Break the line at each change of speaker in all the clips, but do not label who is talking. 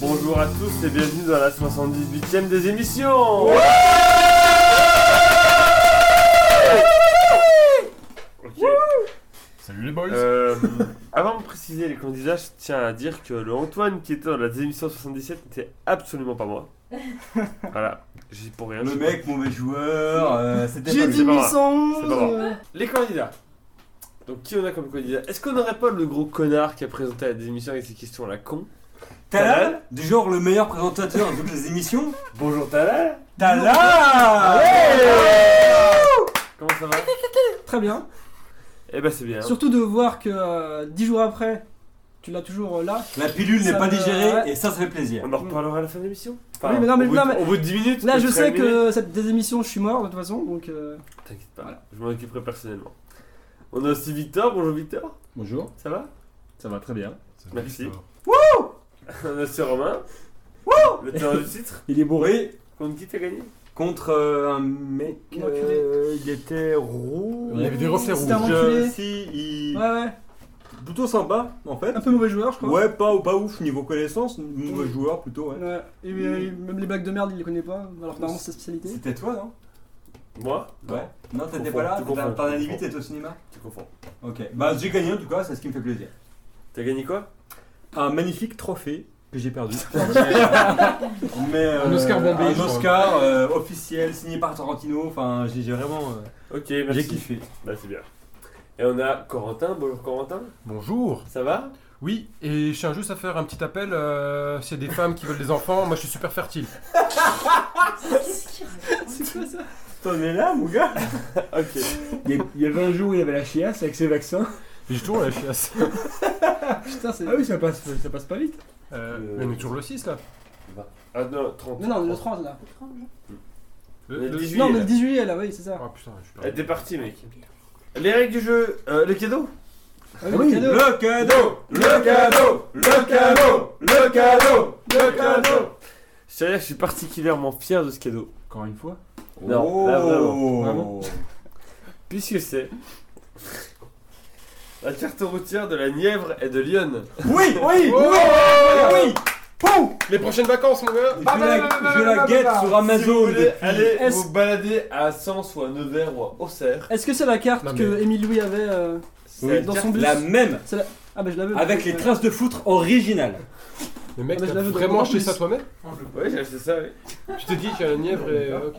bonjour à tous et bienvenue dans la 78e des émissions Ok.
Salut les boys
Euh, avant de préciser les candidats, je tiens à dire que le Antoine qui était dans la émission 77 n'était absolument pas moi. Voilà, j'y pour rien.
Le
je-
mec, mauvais joueur, euh, c'était pas
J'ai
lui.
dit- pas C'est pas
1111
Les candidats Donc qui on a comme candidat Est-ce qu'on n'aurait pas le gros connard qui a présenté la émission avec ses questions à la con
Talal, du genre le meilleur présentateur de toutes les émissions
Bonjour Talal
Talal
Comment ça va
Très bien.
Eh ben c'est bien.
Surtout de voir que euh, dix jours après, tu l'as toujours euh, là.
La pilule n'est
Ça
pas
me-
digérée
ouais.
et ça, ça fait plaisir.
On en reparlera à la fin de l'émission
Oui, mais non, mais-
au bout,
non, mais-
au bout de 10 minutes
Là, je
peut-être
sais
5 minutes.
que cette des émissions, je suis mort de toute façon, donc euh,
T'inquiète pas,
Voilà.
je m'en occuperai personnellement. On a aussi Victor, bonjour Victor,
Bonjour,
ça va
ça va très bien.
Salut,
merci.
Victor.
On a aussi Romain. Le tenant du titre
Il est bourré
Contre qui t'as gagné
contre euh, un mec. euh, il était roux.
Il y avait des reflets
C'était un
rouges.
enculé.
Si, il-
ouais, ouais.
Plutôt sympa, en fait.
Un peu mauvais joueur, je crois.
Ouais, pas, pas ouf niveau connaissance, mauvais joueur plutôt, ouais.
Ouais. Et, euh, même les bacs de merde, il les connaît pas, alors que normalement c'est sa spécialité.
C'était toi, non
Moi
Ouais. Non, t'étais
confonds,
pas là
tu confonds,
T'as t'en as
tu
limite,
confonds.
t'étais au cinéma
Tu confonds.
Ok. Bah, j'ai gagné en tout cas, c'est ce qui me fait plaisir.
T'as gagné quoi
un magnifique trophée que j'ai perdu. mais, euh,
Un Oscar Bombay, je
Un
crois.
Oscar euh, officiel signé par Tarantino. Enfin, j'ai j'ai vraiment. euh,
Ok, merci.
j'ai kiffé.
Bah c'est bien. Et on a Corentin, bonjour Corentin,
Bonjour.
ça va
Oui, et je tiens juste à faire un petit appel. euh, S'il y a des femmes qui veulent des enfants, moi je suis super fertile.
C'est quoi ça
T'en es là, mon gars
Ok.
Il y avait un jour où il y avait la chiasse avec ses vaccins.
Et je tourne la chiasse.
Putain, c'est.
Ah oui, ça passe, ça passe pas vite.
Euh,
Euh,
mais on est toujours le 6 là.
Ah non, 30.
Non, non, le 30 là.
Le 18.
Non, mais
là.
le 18 là, oui, c'est ça.
Ah putain, je suis
Euh,
perdu.
T'es parti mec. Les règles du jeu, euh, les cadeaux
Ah oui, le cadeau.
Le cadeau Le cadeau Le cadeau Le cadeau Le cadeau
C'est-à-dire que je suis particulièrement fier de ce cadeau.
Encore une fois.
Non, là, vraiment.
Vraiment.
Puisque c'est... La carte routière de la Nièvre et de Lyon.
Oui Oui
Oh
Oui Pou
Les prochaines vacances, mon gars Bah,
Je la, je la guette sur
Si vous
Amazon.
voulez aller
Est-ce-
vous balader à Sens ou à Nevers ou à Auxerre,
Est-ce que c'est la carte
Non, mais-
que Émile Louis avait euh,
c'est
dans
la
son
carte-
bus
La même
Ah, bah je l'avais.
Avec les traces de foutre originales.
Le bah. mec,
Ah, mais je
t'as
l'avais
vraiment
dans
acheté
plus.
ça toi-même
Ouais, j'ai acheté ça, oui.
Tu t'es dit qu'il y a la Nièvre et. euh, ok.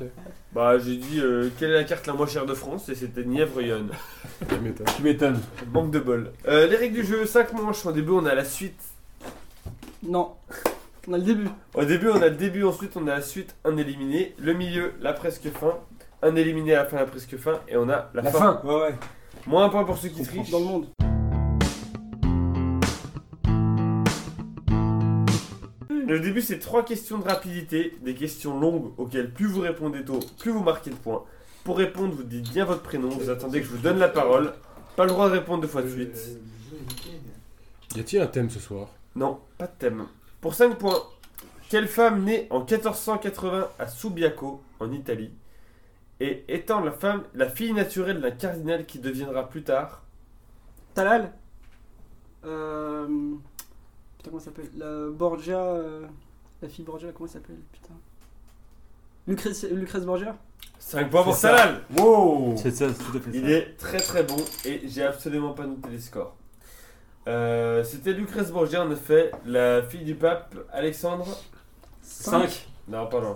Bah, j'ai dit euh, quelle est la carte la moins chère de France et c'était Nièvre-Yonne.
Tu m'étonnes.
Tu m'étonnes.
Manque de bol. Euh, les règles du jeu 5 manches. Au début, on a la suite.
Non. On a le début.
Au début, on a le début, ensuite, on a la suite, un éliminé, le milieu, la presque fin, un éliminé à la fin, la presque fin, et on a la,
La fin. Ouais, ouais.
Moins un point pour ceux qui trichent.
Dans le monde.
Le début, c'est trois questions de rapidité, des questions longues auxquelles plus vous répondez tôt, plus vous marquez de points. Pour répondre, vous dites bien votre prénom, vous attendez que je vous donne la parole. Pas le droit de répondre deux fois de suite.
Y a-t-il un thème ce soir
Non, pas de thème. Pour 5 points, quelle femme née en 1480 à Subiaco, en Italie, et étant la, femme, la fille naturelle d'un cardinal qui deviendra plus tard
Talal Euh. Putain, comment ça s'appelle La Borgia. euh, La fille Borgia, comment ça s'appelle Putain. Lucrèce, Lucrèce Borgia
5 points pour
C'est ça.
Salal
Wow C'est ça, c'est tout à fait ça.
Il est très très bon et j'ai absolument pas noté les scores. Euh, C'était Lucrèce Borgia en effet, la fille du pape Alexandre.
5.
Non, pardon.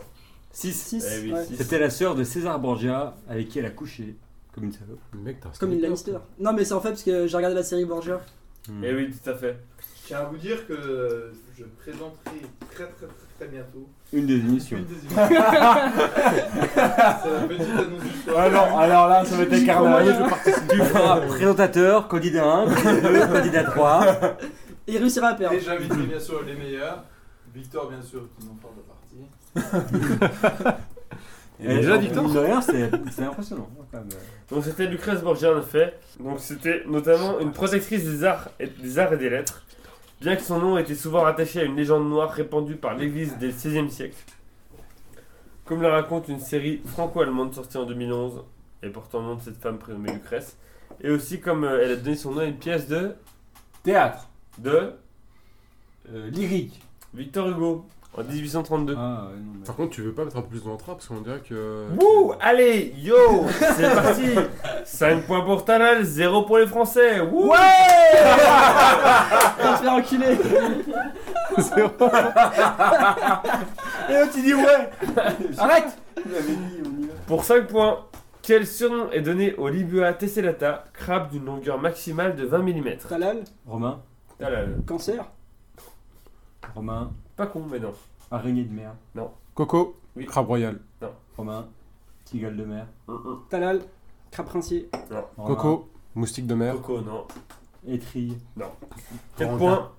6.
Eh
6
oui, six.
C'était la sœur de César Borgia avec qui elle a couché. Comme une salope.
Le mec, t'as un
Comme une
sniper.
Lannister. Non, mais c'est en fait parce que j'ai regardé la série Borgia.
Hmm.
Eh oui, tout à fait.
Je tiens à vous dire que je présenterai très très très, très bientôt
Une des émissions.
une des émissions. C'est la petite annonce du soir.
alors là, ça va
être un carnage.
Tu feras présentateur, candidat 1, candidat 2, candidat 3.
Et il réussira à perdre.
Et j'inviterai bien sûr les meilleurs. Victor, bien sûr, qui n'en parle pas partie.
Il est déjà Victor
Euh, mine de rien, c'est c'est impressionnant. hein, quand même.
Donc c'était Lucrèce Borgia en effet. Donc c'était notamment une protectrice des arts et des arts et des lettres. Bien que son nom était souvent rattaché à une légende noire répandue par l'Église dès le XVIe siècle, comme le raconte une série franco-allemande sortie en 2011 et portant le nom de cette femme prénommée Lucrèce, et aussi comme euh, elle a donné son nom à une pièce de
Théâtre,
de
euh, lyrique,
Victor Hugo. en 1832.
Ah, ouais, non, mais...
Par contre, tu veux pas mettre un peu plus dans le train parce qu'on dirait que.
Wouh Allez, yo C'est parti 5 points pour Talal, 0 pour les Français Wouh
On va se faire Ah, enculer
Et
Eh,
là, tu dis ouais
Arrête
Il avait dit, on y va.
Pour 5 points, quel surnom est donné au Libua tessellata, crabe d'une longueur maximale de 20 mm
Talal,
Romain,
Talal.
cancer
Romain,
Pas con, mais non.
araignée de mer.
Coco,
Oui.
crabe royal.
Romain, tigale de mer.
Talal, crabe princier
Romain,
Coco, moustique de mer.
Coco, non.
Étrille.
4 points.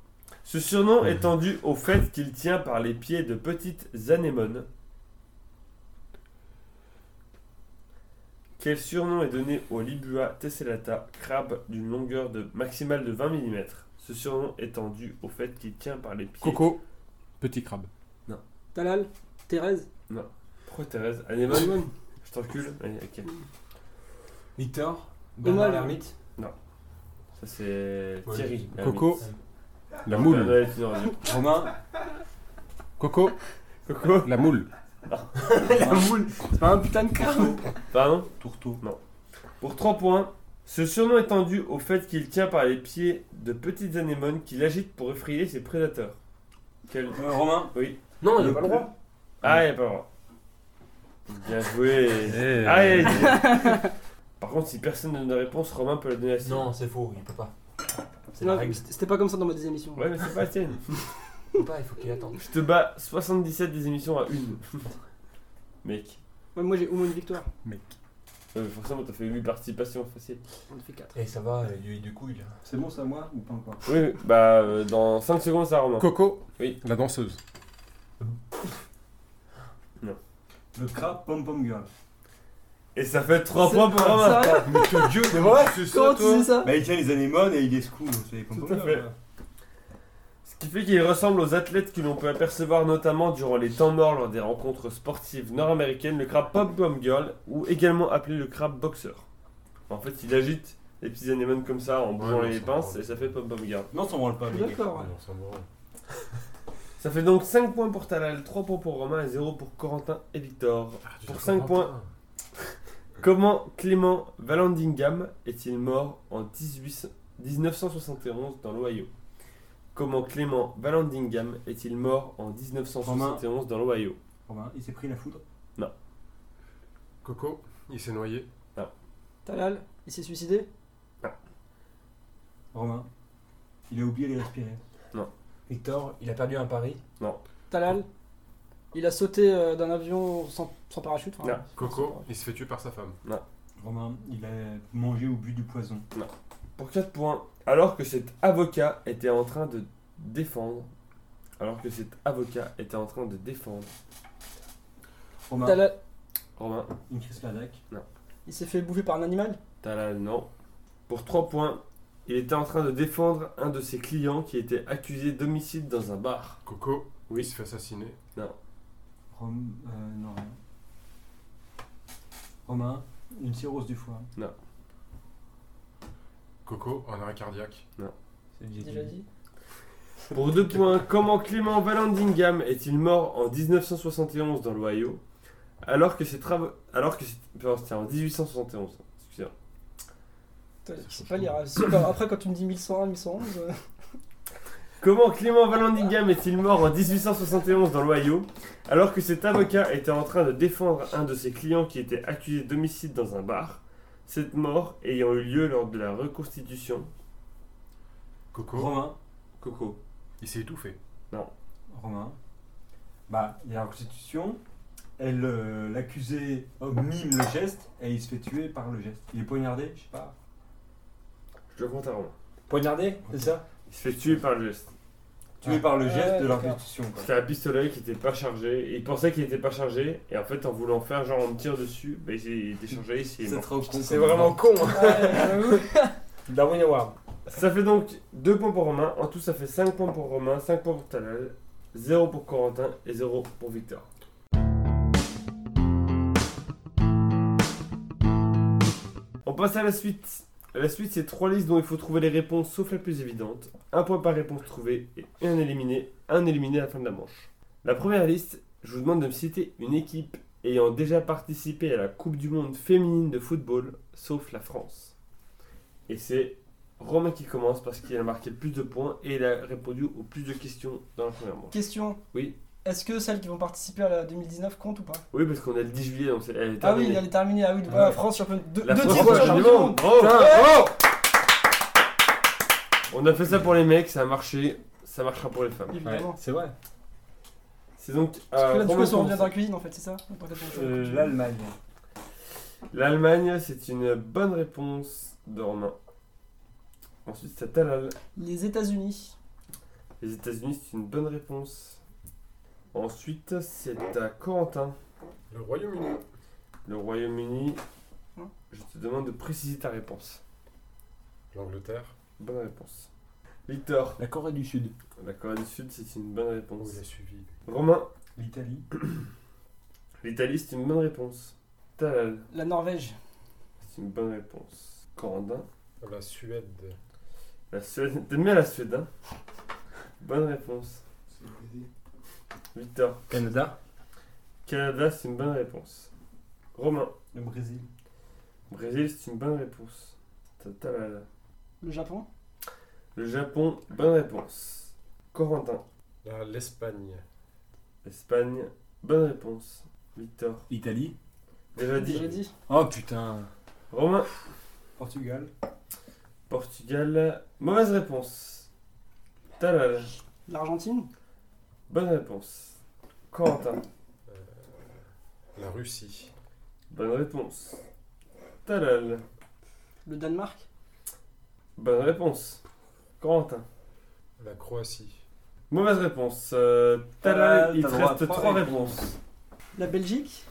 Ce surnom est tendu au fait qu'il tient par les pieds de petites anémones. Quel surnom est donné au Libua tessellata, crabe d'une longueur de maximale de 20 mm Ce surnom est tendu au fait qu'il tient par les pieds.
Coco, petit crabe.
Talal, Thérèse
Pourquoi Thérèse Anémone Je t'encule Allez, ok.
Victor,
Bernard
Bernard
Omar.
l'ermite.
Ça c'est
Ouais.
Thierry. Ah,
Coco, la
Non,
moule.
Bernard est une ordure.
Romain,
Coco,
Coco
la moule.
la moule. C'est pas un putain de crabe.
Pardon
Tourteau.
Pour 3 points, ce surnom est tendu au fait qu'il tient par les pieds de petites anémones qu'il agite pour effrayer ses prédateurs. Quel...
Euh, Romain,
Non,
il a pas le droit.
Ah, il a pas le droit. Bien joué. Ah,
Allez
il a dit. Par contre, si personne ne donne de réponse, Romain peut la donner à Cyril.
Non, c'est faux, il peut pas. C'est la
Non,
règle.
C'était pas comme ça dans ma des émissions.
Ouais, mais c'est pas la tienne.
Il peut pas, il faut qu'il attende.
Je te bats 77 des émissions à une. Mec.
Ouais, moi j'ai au moins une victoire.
Euh, forcément, t'as fait 8 participations facile.
On fait 4.
Et Eh, ça va, il y a eu du coup, il a.
c'est bon, c'est à moi ou pas encore
Oui, bah, euh, dans 5 secondes, ça Romain.
Coco,
Oui.
la danseuse.
Le crabe Pom Pom Girl.
Et ça fait 3 points pour Romain.
Mais que Dieu, c'est vrai
C'est
Comment tu sais ça
Bah, il tient les anémones et il est scoop, c'est les Pom Pom
Tout à
Girls,
fait.
quoi.
Ce qui fait qu'il ressemble aux athlètes que l'on peut apercevoir notamment durant les temps morts lors des rencontres sportives nord-américaines, le crabe Pop Pom Girl, ou également appelé le crabe boxeur. En fait, il agite les petits anémones comme ça en bougeant
Ouais,
les
ça
pinces
parle.
et ça fait Pop Pom Girl.
Non, on s'en branle pas,
Je
mais.
suis d'accord.
Ah, Non, c'est bon.
Ça fait donc 5 points pour Talal, 3 points pour Romain et 0 pour Corentin et Victor.
Ah,
Pour 5 points, comment Clément Vallandigham est-il mort en 18 1971 dans l'Ohio Comment Clément Vallandigham est-il mort en 1971 dans l'Ohio
Romain, il s'est pris la foudre.
Coco, il s'est noyé.
Talal, il s'est suicidé
Romain, il a oublié de respirer.
Victor, il a perdu un pari.
Talal, il a sauté euh, d'un avion sans, sans parachute enfin,
Non.
sans- sans
Coco,
parachute.
il se fait tuer par sa femme.
Romain, il a mangé ou bu du poison.
Pour 4 points, alors que cet avocat était en train de défendre, alors que cet avocat était en train de défendre
Romain,
Talal,
Romain
une crise cardiaque.
il s'est fait bouffer par un animal
Talal, non. Pour 3 points, il était en train de défendre un de ses clients qui était accusé d'homicide dans un bar.
Coco,
Oui.
il se fait assassiner.
Rom... euh, non, rien. Romain, une cirrhose du foie.
Coco, en arrêt cardiaque.
C'est
Déjà dit
Pour 2 points, comment Clément Vallandigham est-il mort en 1971 dans l'Ohio alors que cet avo- alors que cet- pardon, c'était en 1871. excusez-moi.
Putain, Je sais pas lire. Si, quand- Après quand tu me dis 1101, 1111... euh,
Comment Clément Vallandigham est-il mort en 1871 dans l'Ohio alors que cet avocat était en train de défendre un de ses clients qui était accusé d'homicide dans un bar Cette mort ayant eu lieu lors de la reconstitution.
Coco,
Romain,
Coco.
il s'est étouffé.
Romain. Bah, il y a la reconstitution. Elle, euh, l'accusé oh, mime le geste et il se fait tuer par le geste. Il est poignardé, je sais pas.
Je le compte à Romain.
Poignardé, c'est ça
Il se fait tuer par le geste.
Tué par le
Ouais,
geste de la
d'accord.
reconstitution, quoi.
C'était un pistolet qui était pas chargé. Il pensait qu'il était pas chargé. Et en fait, en voulant faire genre on me tire dessus, bah, il s'est- il était chargé. Il s'est mort.
trop con.
C'est vraiment con. hein.
ouais,
Darwin Award.
Ça fait donc 2 points pour Romain. En tout, ça fait 5 points pour Romain, 5 points pour Talal, 0 pour Corentin et 0 pour Victor. On passe à la suite. La suite, c'est 3 listes dont il faut trouver les réponses sauf la plus évidente. Un point par réponse trouvée et un éliminé. Un éliminé à la fin de la manche. La première liste, je vous demande de me citer une équipe ayant déjà participé à la Coupe du Monde féminine de football, sauf la France. Et c'est Romain qui commence parce qu'il a marqué le plus de points et il a répondu aux plus de questions dans la première manche.
Question.
Oui.
Est-ce que celles qui vont participer à la 2019 comptent ou pas
Oui, parce qu'on est le 10 juillet, donc c'est- elle est
Ah oui,
terminée.
elle est terminée. Ah oui, donc,
Ah ouais.
ah, France championne. Deux,
La
deux
France
titres
est
championne du
championne.
monde.
Bravo.
Putain,
Oh
On a fait ça pour les mecs, ça a marché, ça marchera pour les femmes.
Évidemment.
C'est vrai.
C'est donc
Parce que
euh,
là, du
Romain
coup, on revient dans
Combes.
la cuisine, en fait, c'est ça On peut répondre sur la
Euh,
cuisine.
L'Allemagne.
l'Allemagne, c'est une bonne réponse de Romain. Ensuite, c'est Talal.
Les États-Unis.
Les États-Unis, c'est une bonne réponse. Ensuite, c'est à Corentin,
Le Royaume-Uni.
le Royaume-Uni.
Hmm.
Je te demande de préciser ta réponse.
L'Angleterre.
Bonne réponse. Victor,
La Corée du Sud.
la Corée du Sud, c'est une bonne
Oh,
réponse.
il a suivi.
Romain,
L'Italie.
l'Italie, c'est une bonne réponse. Talal,
La Norvège.
c'est une bonne réponse. Corentin,
La Suède.
la Suède. T'aimes bien la Suède, hein Bonne réponse. Victor,
Canada.
Canada, c'est une bonne réponse. Romain,
Le Brésil.
Brésil, c'est une bonne réponse. Talal.
Le Japon.
Le Japon, bonne réponse. Corentin,
L'Espagne.
Espagne, bonne réponse. Victor,
Italie.
déjà dit.
Déjà dit.
Oh putain.
Romain,
Portugal.
Portugal, mauvaise réponse. Talal,
L'Argentine.
bonne réponse. Corentin,
La Russie.
bonne réponse. Talal,
Le Danemark.
bonne réponse. Corentin,
La Croatie.
mauvaise réponse. Euh, Talal,
Talal,
il
t'as
te
droit à
reste
trois
trois
réponses.
réponses.
La Belgique.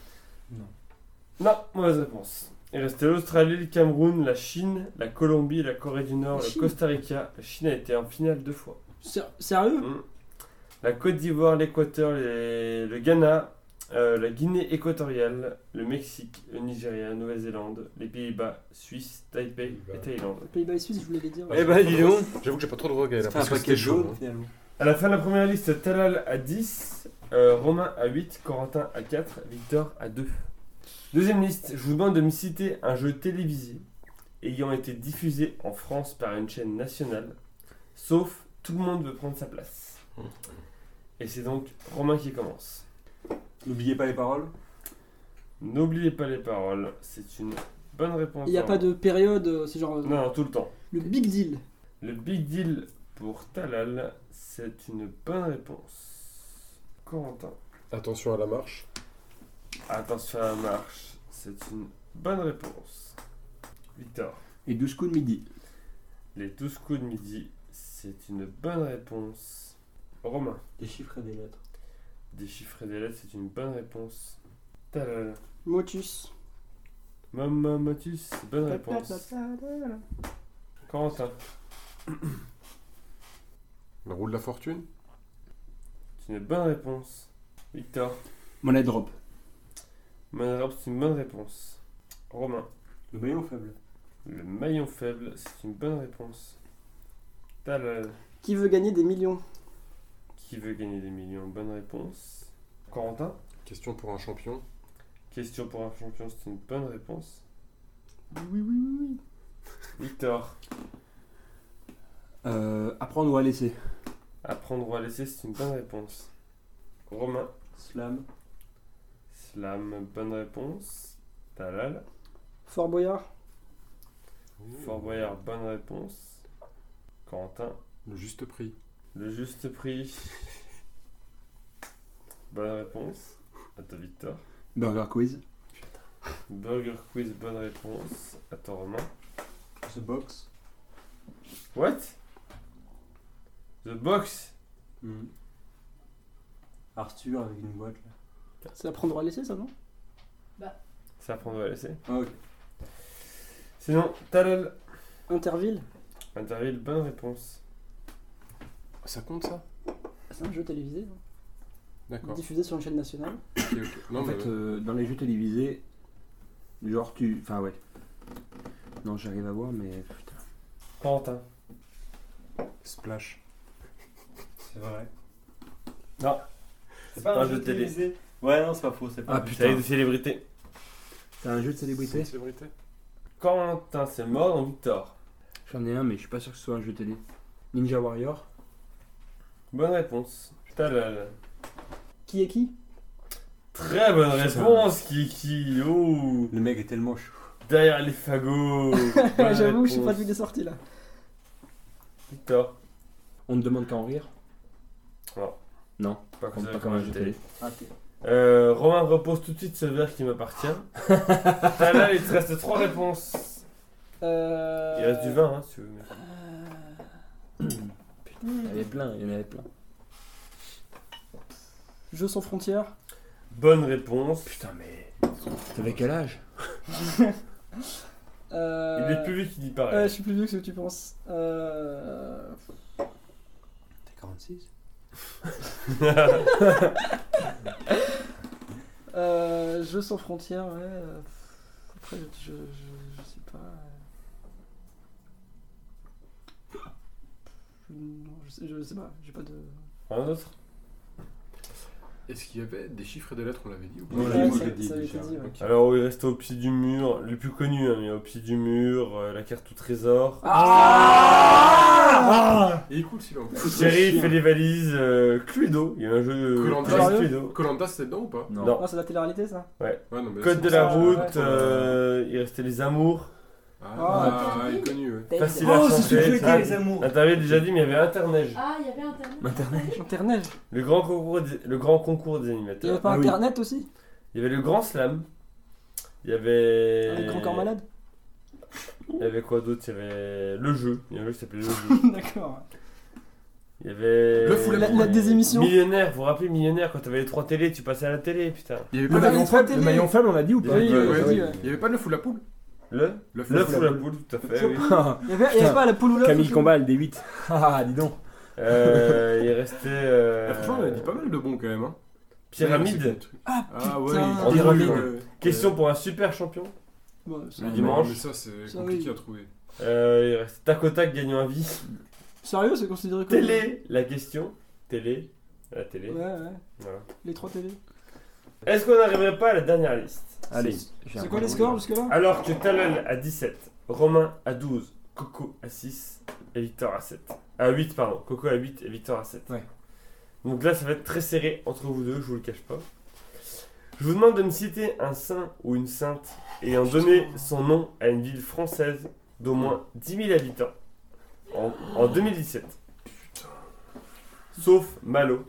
Non, mauvaise réponse. Il restait l'Australie, le Cameroun, la Chine, la Colombie, la Corée du Nord,
La
le
Chine.
Costa Rica. La Chine a été en finale deux fois.
Ser- Sérieux
Mm. La Côte d'Ivoire, l'Équateur, les- le Ghana, euh, la Guinée équatoriale, le Mexique, le Nigeria, Nouvelle-Zélande, les Pays-Bas, Suisse, Taipei et
Pays-Bas.
Thaïlande.
Pays-Bas et Suisse, je voulais les dire.
Eh
bah,
ben, dis donc. J'avoue que j'ai pas trop de regrets là,
Ça fait
parce
un
que
paquet
c'était chaud. hein.
jaune finalement.
À la fin de la première liste, Talal à 10, euh, Romain à 8, Corentin à 4, Victor à 2. Deuxième liste, je vous demande de me citer un jeu télévisé ayant été diffusé en France par une chaîne nationale, sauf tout le monde veut prendre sa place. Et c'est donc Romain qui commence.
N'oubliez pas les paroles.
N'oubliez pas les paroles, c'est une bonne réponse.
Il n'y a pas de période, euh, c'est genre euh,
Non, non, tout le temps.
le big deal.
Le big deal pour Talal, c'est une bonne réponse. Corentin.
Attention à la marche.
Attention à la marche, c'est une bonne réponse. Victor.
Et 12 coups de midi.
Les 12 coups de midi, c'est une bonne réponse. Romain.
Des chiffres et des lettres.
Déchiffrer des lettres, c'est une bonne réponse. Talal.
Motus.
Maman Motus, c'est bonne réponse. Corentin.
Le roue de la fortune.
C'est une bonne réponse. Victor.
Monnaie drop.
Manrap, c'est une bonne réponse. Romain.
Le maillon faible.
Le maillon faible, c'est une bonne réponse. Talal.
Qui veut gagner des millions
Qui veut gagner des millions Bonne réponse. Corentin.
Question pour un champion.
Question pour un champion, c'est une bonne réponse.
Oui, oui, oui, oui.
Victor.
Euh, apprendre ou à laisser.
Apprendre ou à laisser, c'est une bonne réponse. Romain.
Slam.
Slam, bonne réponse. Talal.
Fort Boyard.
Fort Boyard, bonne réponse. Corentin.
Le juste prix.
Le juste prix. Bonne réponse. À toi, Victor.
Burger quiz.
Burger quiz, bonne réponse. À toi, Romain.
The box.
What The box
Hmm. Arthur avec une boîte. Là.
C'est à prendre ou à laisser, ça, non
C'est apprendre ou à laisser.
Ah, ok.
Sinon, Talal.
Interville.
Interville, bonne réponse.
Ça compte ça
C'est un jeu télévisé, non
D'accord.
diffusé sur une chaîne nationale.
ok, ok. Non,
En
mais
fait, euh, dans les jeux télévisés, genre tu. Enfin, ouais. Non, j'arrive à voir, mais. Putain.
Corentin.
Splash.
C'est vrai. C'est pas un jeu de télé. Ouais, non, c'est pas faux, c'est pas
Ah,
un jeu.
putain.
C'est avec des célébrités.
C'est un jeu de
C'est
célébrité
une célébrité.
Quentin, c'est mort dans Victor.
J'en ai un, mais je suis pas sûr que ce soit un jeu télé. Ninja Warrior
Bonne réponse. Putain, là, là.
Qui est qui
Très bonne
Putain.
réponse, Kiki. Oh.
Le mec est tellement chaud.
Derrière les fagots. Bonne
J'avoue, je sais
réponse.
pas d'où il est sorti là.
Victor.
On ne demande qu'à en rire
Pas
Compte pas Bah, comme un jeu télé.
Ah,
Euh, Romain repose tout de suite ce verre qui m'appartient. T'as là, il te reste trois réponses.
Euh...
Il reste du vin, hein, si tu veux. mais-
Il y en avait plein, il y en avait plein.
Jeux sans frontières.
Bonne réponse.
Putain, mais. T'avais quel âge
Euh...
Il est plus vite qu'il y
Ouais,
paraît.
je suis plus vieux que ce que tu penses. Euh...
T'es 46
Euh... Jeux sans frontières, ouais. euh, Après, je, je, je- je sais pas. euh. Non, je sais, je sais pas, j'ai pas de.
Rien d'autre
Est-ce qu'il y avait des chiffres et des lettres, on l'avait dit ou pas
Non,
Ouais,
je l'ai- moi,
ça-
je l'ai dit
ça avait été
déjà.
dit, ouais.
Ok.
Alors, il reste au pied du mur, le plus connu, hein, mais au pied du mur, euh, la carte au trésor.
Ah
Et il est cool celui-là en plus.
Thierry fait les valises. euh, Cluedo, il y a un jeu
Koh-Lanta.
qui s'appelle Cluedo.
Colanda, c'était dedans ou pas
Non.
Ah, c'est de la télé-réalité ça
Ouais, non, mais.
Code
c'est-
de la
ça,
route,
ouais.
euh, il restait les amours.
Ah,
Ah.
il est connu, ouais.
Facile
Oh,
à
c'est
chanter.
celui qui a
Ah,
les amours.
ah, t'avais déjà dit, mais il y avait Interneige.
Ah, il y avait Internet.
Internet.
Ah, Internet
Le grand concours des, le grand concours des
Il y avait
animateurs.
pas
Ah oui.
Internet aussi
Il y avait le grand slam. Il y avait.
Avec Grand Corps Malade
Il y avait quoi d'autre Il y avait le jeu. Il y a un jeu qui s'appelait le jeu.
D'accord.
Il y avait.
Le fou, la-
la- des émissions.
Millionnaire, vous vous rappelez Millionnaire quand t'avais les trois télés, tu passais à la télé, putain.
Il y avait
Ah,
Le
bah,
pas
maillon
de-
faible, le maillon
faible, on l'a dit ou
pas Oui,
oui,
oui,
il y avait pas le fou la poule
Le
Le fou
Le
la poule.
fou la poule, tout à fait. Eh oui.
Ah,
Il y avait, il y avait pas la poule ou l'œuf
Camille
aussi
Combal, des 8. Ah, dis donc.
Euh, il restait. euh,
Ah, Franchement, on a dit pas mal de bons quand même. Hein.
Pyramide.
Ah, ouais,
putain.
il-
Pyramide.
ouais. Euh.
Question pour un super champion.
Ouais, ça-
Ouais,
dimanche.
Mais ça, c'est
Ça,
compliqué
oui.
à trouver.
Euh, il restait tac au tac gagnant un vie.
Sérieux, c'est considéré comme.
Télé, la question. Télé, la télé.
Ouais, ouais.
Voilà.
Les trois télés.
Est-ce qu'on n'arriverait pas à la dernière liste
Allez.
C'est quoi les scores jusque-là
Alors que Talal a 17, Romain a 12, Coco a 6 et Victor a 7. À 8, pardon. Coco a 8 et Victor a 7.
Ouais.
Donc là, ça va être très serré entre vous deux, je vous le cache pas. Je vous demande de me citer un saint ou une sainte ayant donné son nom à une ville française d'au moins 10 000 habitants en, en 2017. Sauf Malo.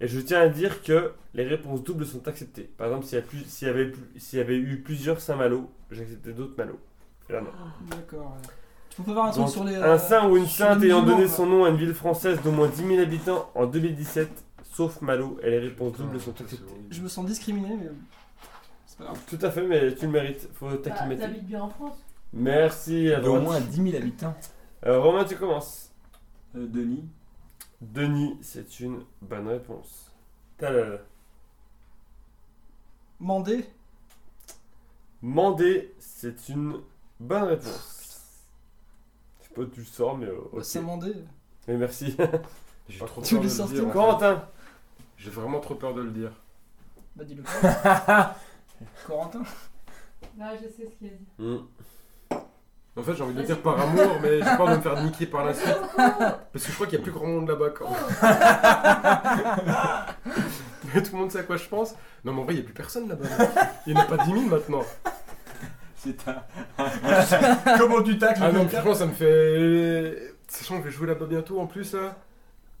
Et je tiens à dire que les réponses doubles sont acceptées. Par exemple, s'il y, a plus- s'il y avait plus- s'il y avait eu plusieurs Saint-Malo, j'acceptais d'autres Malo. Et là, non.
D'accord. ouais. Tu peux pas faire un truc
Ah. Donc,
sur les. euh,
Un saint ou une
sur
sainte
les
ayant
musulmans,
donné
quoi.
son nom à une ville française d'au moins 10 000 habitants en 2017, sauf Malo, et les réponses doubles sont
Putain, c'est
acceptées.
horrible.
Je me sens discriminé, mais. C'est pas grave.
Tout à fait, mais tu le mérites, faut
Bah,
t'acclimater.
T'habites bien en France.
Merci à
Il y a au
droite.
moins 10 000 habitants.
Euh, Romain, tu commences.
Euh, Denis
Denis, c'est une bonne réponse. Talal.
Mandé
Mandé, c'est une bonne réponse. Je sais pas d'où tu le sors, mais euh, ok.
C'est Mandé.
Mais merci.
J'ai trop
Tu
peur de
l'es
le
sorti
dire. en fait.
Corentin.
J'ai vraiment trop peur de le dire.
Bah dis-le. Corentin
Là, Bah, je sais ce qu'il a dit.
Hmm.
En fait, j'ai
Ah,
envie de le dire par amour, mais j'ai peur de me faire niquer par la suite. Parce que je crois qu'il y a plus grand monde là-bas quand même.
Oh.
Mais tout le monde sait à quoi je pense. Non, mais en vrai, il n'y a plus personne là-bas. Il n'y en a pas 10 000 maintenant.
C'est un.
Comment tu tacles Ah non, franchement, ça me fait. Sachant que je vais jouer là-bas bientôt en plus, là.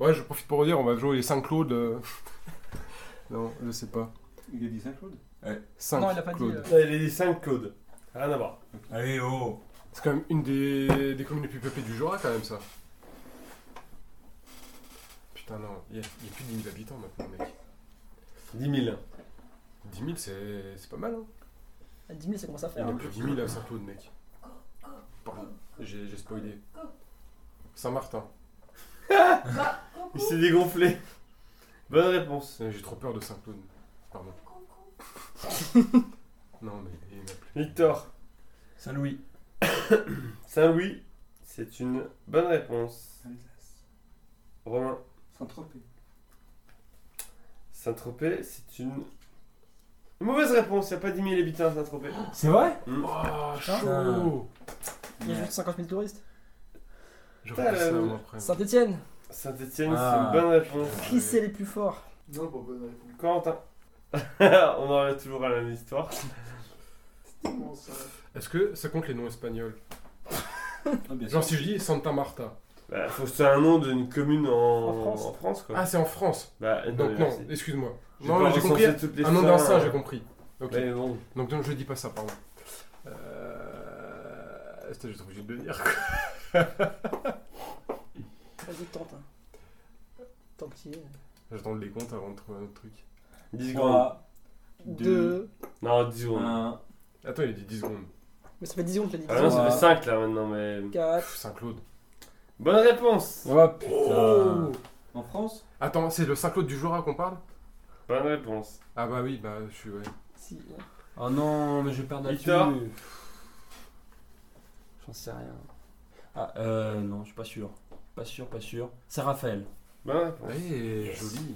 Ouais, je profite pour dire, on va jouer les 5 Claude. euh. Non, je sais pas.
Il a dit Saint-Claude
5
Non, il a pas dit,
Claude.
euh.
Non, Il est 5 Claude. Rien à voir.
Allez, oh
C'est quand même une des, des communes les plus peuplées du Jura, quand même, ça. Putain, non, il y, a il y a plus de 10 000 habitants maintenant, mec.
10 000.
10 000, c'est c'est pas mal, hein.
À 10 000, ça commence à
Il
faire.
y en a
hein.
plus de 10 000 à Saint-Claude, mec. Pardon, j'ai j'ai spoilé. Saint-Martin.
Il s'est dégonflé. Bonne réponse.
Euh, J'ai trop peur de Saint-Claude. Pardon. non, mais il y en a plus.
Victor.
Saint-Louis.
Saint-Louis, c'est une bonne réponse.
Alsace.
Romain.
Saint-Tropez.
Saint-Tropez, c'est une... une mauvaise réponse. Il n'y a pas 10 000 habitants à Saint-Tropez.
Ah,
C'est vrai
Mm.
Oh,
Ah.
chaud
Il y a juste 50 000 touristes.
J'aurais fait ça moi, après. Euh,
Saint-Etienne
Saint-Etienne,
Ah.
c'est une bonne réponse.
Qui c'est les plus forts
Non, pas bonne réponse.
Quentin. On en revient toujours à la même histoire.
Comment ça
Est-ce que ça compte les noms espagnols
Ah, bien
Genre
sûr.
si je dis Santa Marta.
Bah, faut que c'est un nom d'une commune en,
En France.
quoi.
Ah, c'est en France.
bah, non,
Donc
mais
non,
merci.
excuse-moi.
J'ai
Non,
pas
j'ai
recensé
compris.
toutes les
Un nom d'un
fins,
singe,
euh,
j'ai compris. Ok.
Mais bon.
Donc non, je dis pas ça, pardon. Euh... Putain, je suis obligé de le dire.
Vas-y, tente. hein. Tant qu'il y est.
J'attends les comptes avant de trouver un autre truc.
10 secondes.
3, Deux.
2.
Non, 10 secondes.
un.
Attends, il a dit 10 secondes.
Mais ça fait 10 secondes que
Ah non,
t'as dit.
ça fait
Trois.
5 là maintenant, mais.
4.
Pff, Saint-Claude.
Bonne réponse
Oh putain.
Oh
En France
Attends, c'est le Saint-Claude du Jura qu'on parle
Bonne réponse.
Ah bah oui, bah je suis... Ouais.
Si. ouais.
Ah
Oh non, mais je perds là-dessus.
Victor
J'en sais rien. Ah, euh, non, je suis pas sûr. Pas sûr, pas sûr. C'est Raphaël.
Bonne réponse.
Ouais, Eh, joli.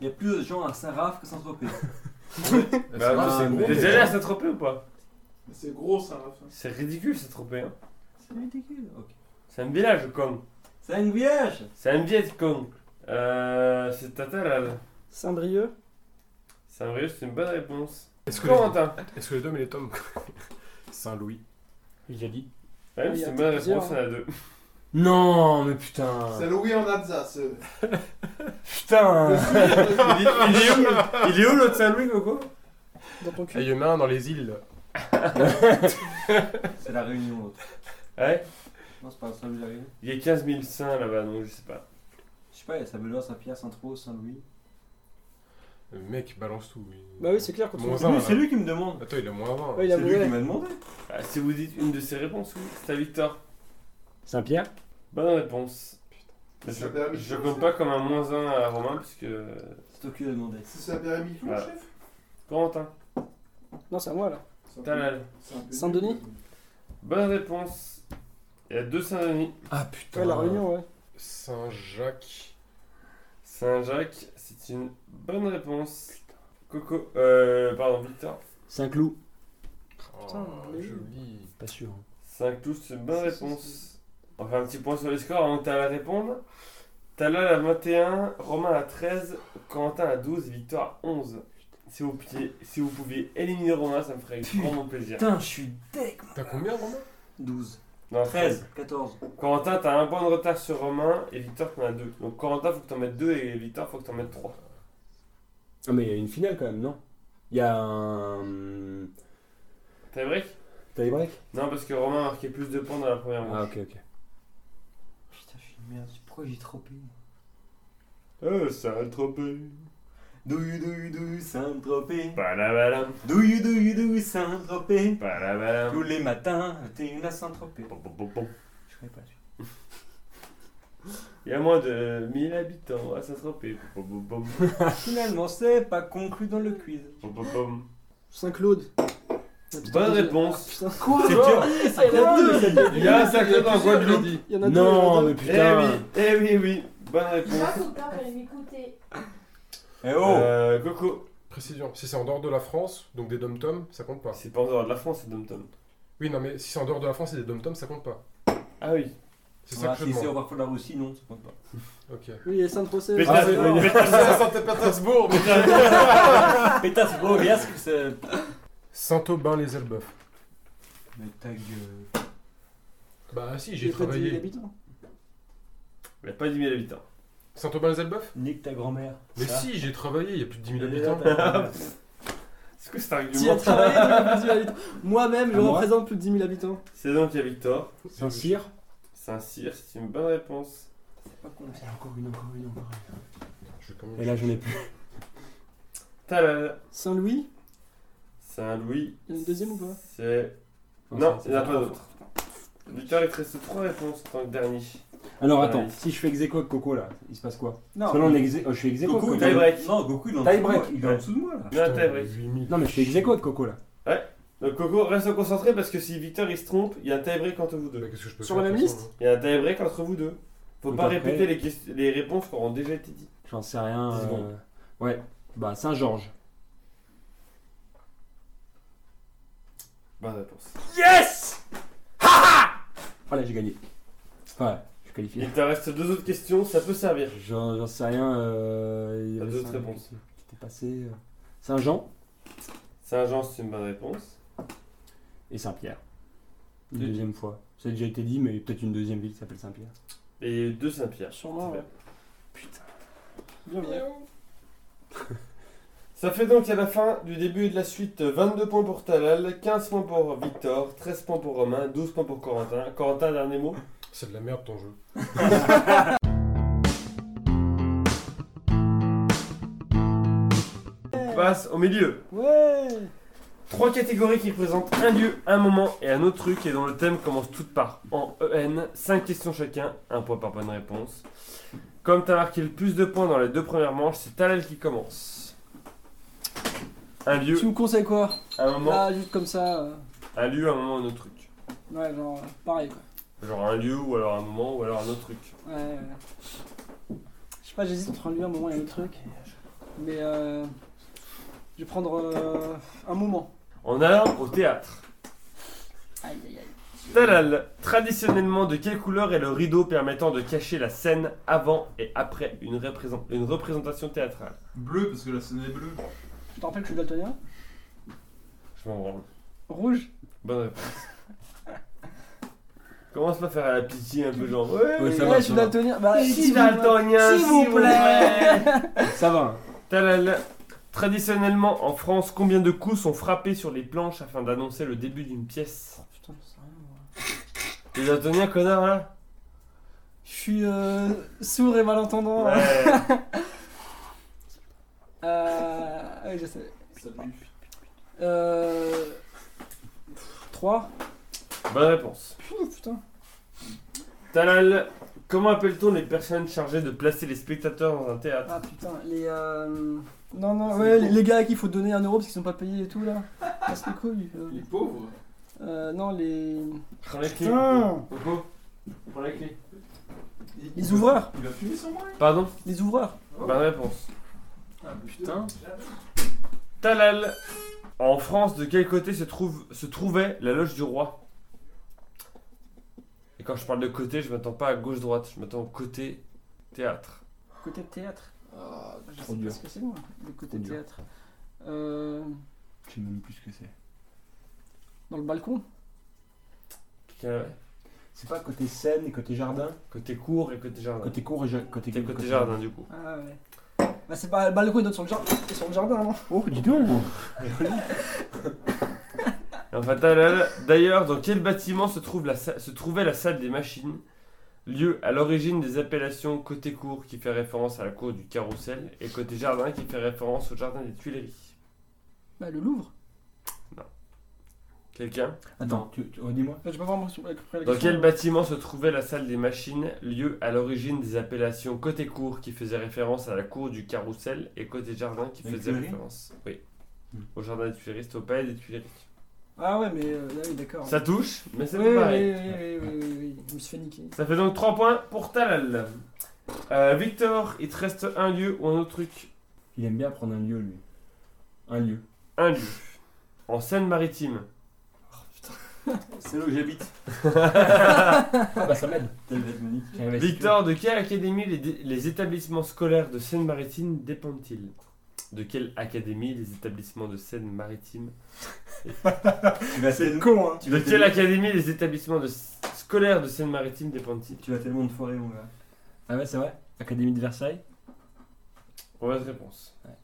Il y a plus de gens à Saint-Raph que Saint-Tropez.
Ah,
Bah,
Saint-Claude,
oui,
c'est
mais-
gros.
T'es déjà allé à Saint-Tropez ou pas
Mais C'est gros, ça, la fin.
C'est ridicule Saint-Tropez. hein.
C'est ridicule. Ok.
C'est un village con.
C'est un village
C'est un village con. Euh. C'est Tata là. là.
Saint-Brieuc.
C'est un vrai, c'est une bonne réponse.
Est-ce que, les...
Corentin
Est-ce que les tomes et les tomes Saint-Louis.
Il a dit.
Ouais,
Il y
c'est
a
une bonne
plusieurs,
réponse, il y en a deux.
Non, mais putain.
C'est Louis en Alsace. euh.
Putain.
il, est, il est où le- Il est où l'autre Saint-Louis, Coco
Dans ton
Et
cul.
il y en a un dans les îles.
C'est la Réunion l'autre.
Ouais.
Non, c'est pas Saint-Louis la Réunion.
Il y a 15 000 saints là-bas, donc je sais pas.
Je sais pas, il y a Saint-Benoît, Saint-Pierre, Saint-Tropez, Saint-Louis.
Le mec balance tout. oui.
Bah oui, c'est clair quand tu
Mon
Ouais,
Saint,
Lui,
là.
C'est lui qui me demande.
Attends, il a moins 20.
il a
C'est lui
brûlé.
qui m'a demandé.
Ah, si vous dites une de ces réponses, oui, c'est à Victor.
Saint-Pierre
Bonne réponse. Je,
Ça permet de
je
commencer.
compte pas comme un moins 1 à Romain, puisque. euh,
C'est toi qui l'as demandé.
C'est sa mère
Ah.
Michon,
Voilà.
chef
Corentin,
Non, c'est à moi là.
C'est un peu-
Talal.
c'est un peu-
Saint-Denis
Bonne réponse. Il y a deux Saint-Denis.
Ah putain.
Ouais, la Réunion, ouais.
Saint-Jacques.
Saint-Jacques, c'est une bonne réponse. Coco, euh, pardon, Victor.
Saint-Cloud.
Putain, mais
Oh,
oui.
joli.
Pas sûr.
5 tous, c'est une bonne
Si, si,
réponse. On fait un petit point sur les scores avant que Talal réponde. Talal à 21, Romain à 13, Quentin à 12, Victor à 11. Si vous, pouviez, si vous pouviez éliminer Romain, ça me ferait vraiment plaisir.
Putain, je suis deck.
T'as combien, Romain
12,
Non,
13, 14.
Corentin, t'as un point de retard sur Romain et Victor, t'en as deux. Donc Corentin, faut que t'en mettes deux et Victor, faut que t'en mettes trois.
Non, mais il y a une finale quand même, non Il y a un.
T'as break
T'as les breaks
Non, parce que Romain a marqué plus de points dans la première manche.
Ah, ok, ok.
Putain, je suis une merde. Pourquoi j'ai trop payé
Euh, ça a tropé.
Do you do you do Saint-Tropez
Palabalam,
Do you do you do Saint-Tropez Tous
palabalam.
les matins, t'es une à Saint-Tropez.
Pom, pom, pom, pom.
Je connais pas la suite.
Il y a moins de 1000 habitants Ah, à Saint-Tropez. Pom, pom, pom, pom.
Finalement, c'est pas conclu dans le quiz.
Pom, pom, pom.
Saint-Claude. Ah, putain,
Bonne
j'ai-
réponse.
Ah, putain. Quoi
C'est
Ah, il y en a deux
Il y a un sacré dans Guadeloupe.
Il y en a deux.
Non,
Eh
mais
oui,
putain.
eh oui, oui. Bonne
Moi,
réponse.
tout le temps, fallait m'écouter.
Eh oh
Euh, Coco,
Précision. Si c'est en dehors de la France, donc des dom-toms, ça compte pas.
c'est pas en dehors de la France, c'est Dom Tom.
Oui, non, mais si c'est en dehors de la France et des dom-toms, ça compte pas.
Ah oui.
C'est
Voilà,
ça que je
Ah, Si c'est au
demande.
revoir la Russie, non, ça compte pas.
Ok.
Oui, et euh, Saint-Procès.
Pétasse- Pétasse-
Saint-Pétersbourg
Pétasse, bro, regarde ce que c'est.
Saint-Aubin-les-Elbeufs.
Mais ta gueule.
Bah si, j'ai travaillé.
habitants.
Il y a pas 10 000 habitants.
Saint-Aubin-les-Elbeufs
Nique ta grand-mère.
Mais
Ça.
si, j'ai travaillé, il y a plus de 10 000
Elle est là,
habitants.
ta grand-mère.
Est-ce que cet
Tu as
argument
travaillé donc, plus de 10 000 habitants. Moi-même, je
À moi
représente plus de 10 000 habitants.
C'est donc il y a Victor.
Saint-Cyr
Saint-Cyr, c'est une bonne réponse.
C'est pas con.
Encore une, encore une, encore
Je vais quand même-
une. Et là, j'en ai plus.
Talal.
Saint-Louis.
Saint-Louis.
Il y en a une deuxième ou pas
C'est. Non,
c'est-
il n'y en a pas d'autre. Victor, il te reste 3 réponses en tant que dernier.
Alors,
Ouais.
attends, si je fais ex aequo avec Coco là, il se passe quoi
Non,
Parce que là, on est ex aequo- oh, je fais ex aequo
Goku,
avec
il
Coco.
est-
Tie-break.
Non, Goku, il est en
Tie-break.
dessous de moi. Il est
Ouais.
en dessous de moi, là.
Non, t'as
Putain,
break.
8000.
Non, mais je fais ex aequo avec Coco là.
Donc Coco, reste concentré parce que si Victor il se trompe, il y a un tie-break entre vous deux.
Bah, qu'est-ce que je peux
Sur
faire,
la
de
même
toute façon,
liste
Il y a un tie-break entre vous deux. Faut
Donc
pas
après-
répéter les, quest- les réponses qui auront déjà été dites.
J'en sais rien.
Dix
euh,
secondes.
Ouais, bah Saint-Georges.
Bonne réponse.
Yes Ah, Voilà, Oh j'ai gagné. Enfin, je suis qualifié.
Il te reste deux autres questions, ça peut servir.
J'en j'en sais rien. Euh, il y
T'as
avait
d'autres
ça,
réponses.
Qui était passé. euh, Saint-Jean
Saint-Jean, c'est une bonne réponse.
et Saint-Pierre. Une
Oui.
deuxième fois. Ça a déjà été dit, mais peut-être une deuxième ville qui s'appelle Saint-Pierre.
Et il y a eu deux Saint-Pierre.
Ah, Sûrement, ouais.
Putain.
Bien, bien.
Ça fait donc à la fin du début et de la suite euh, 22 points pour Talal, 15 points pour Victor, 13 points pour Romain, 12 points pour Corentin. Corentin, dernier mot
hein C'est de la merde ton jeu.
On passe au milieu.
Ouais
Trois catégories qui représentent un lieu, un moment et un autre truc et dont le thème commence toutes par en EN. Cinq questions chacun, un point par bonne réponse. Comme t'as marqué le plus de points dans les deux premières manches, c'est Talal qui commence. Un lieu,
Tu me conseilles quoi
un moment,
Là, juste comme ça. euh,
un lieu, un moment, un autre truc.
Ouais, genre, euh, pareil quoi.
Genre un lieu ou alors un moment ou alors un autre truc.
Ouais, ouais. Je sais pas, j'hésite entre lui un moment et un autre truc. Mais euh, je vais prendre euh, un moment.
En allant au théâtre.
Aïe aïe aïe.
Talal, traditionnellement de quelle couleur est le rideau permettant de cacher la scène avant et après une, représent- une représentation théâtrale
Bleu, parce que la scène est bleue.
Tu te rappelles que je suis daltonien
Je m'en branle.
Rouge
Bonne réponse. Commence pas à faire à la pitié un peu genre. Ouais,
Ouais, ça
Ouais,
va,
je
ça
suis
va.
daltonien. Bah,
si
vous plaît.
daltonien,
s'il vous plaît.
Ça va. hein.
Talal. Traditionnellement, en France, combien de coups sont frappés sur les planches afin d'annoncer le début d'une pièce
Putain, j'en sais rien, moi.
Les daltoniens, connard là
Je suis euh, sourd et malentendant.
Ouais.
Euh, ouais, je sais.
Salut.
Euh. 3
Bonne réponse.
Putain.
Talal, comment appelle-t-on les personnes chargées de placer les spectateurs dans un théâtre
Ah putain, les. Euh... Non, non, ouais, les, les gars à qui il faut donner un euro parce qu'ils sont pas payés et tout là. Parce que couilles. euh,
Les pauvres.
Euh, non, les.
Prends la clé.
Putain
Coco, prends la clé.
Il-
Les ouvreurs
Il va fumer son bras.
Pardon
Les ouvreurs
Bonne réponse.
Ah, putain.
Talal. En France, de quel côté se, trouve, se trouvait la loge du roi Et quand je parle de côté, je m'attends pas à gauche-droite, je m'attends au côté théâtre.
Côté théâtre.
Ah,
Je
Trop
sais
dur.
pas ce que c'est moi. Le côté
Trop dur.
théâtre. Euh.
Je sais même plus ce que c'est.
Dans le balcon
Quel-
C'est pas côté scène et côté jardin
Côté court et côté jardin.
Côté court et ja- côté,
Côté, côté jardin, du coup.
Ah ouais. Bah, c'est pas le balcon, il donne sur le jardin. et sur le jardin, non
Oh, dis donc
Et Enfin, Talal. D'ailleurs, dans quel bâtiment se, trouve la sa- se trouvait la salle des machines Lieu à l'origine des appellations côté court qui fait référence à la cour du carrousel et côté jardin qui fait référence au jardin des Tuileries.
Bah, le Louvre.
Quelqu'un
Attends, tu, oh, tu redis-moi.
Bah, j'ai pas vraiment compris la
Dans
question.
quel bâtiment se trouvait la salle des machines, lieu à l'origine des appellations côté cour qui faisait référence à la cour du carrousel et côté jardin qui
Les
faisait
Tuileries
référence oui.
Hmm.
au jardin des Tuileries, c'était au palais des Tuileries.
Ah ouais, mais euh, ah oui, d'accord.
Ça touche, mais c'est
Oui,
pas
oui,
pareil.
oui, oui, oui, oui, oui, je me suis fait niquer.
Ça fait donc 3 points pour Talal. Euh, Victor, il te reste un lieu ou un autre truc
Il aime bien prendre un lieu, lui. Un lieu.
Un lieu. En Seine-Maritime.
C'est là où j'habite.
Ah bah ça m'aide.
Tel Vladimir.
J'ai investi.
Victor, de quelle académie les, dé- les établissements scolaires de Seine-Maritime dépendent-ils De quelle académie les établissements de Seine-Maritime
Tu vas tellement-
con, hein
tu
De
vas
quelle
tellement-
académie les établissements de scolaires de Seine-Maritime dépendent-ils
tu vas tellement de foirer, mon gars.
Ah ouais, c'est vrai. Académie de Versailles.
Mauvaise réponse.
Ouais.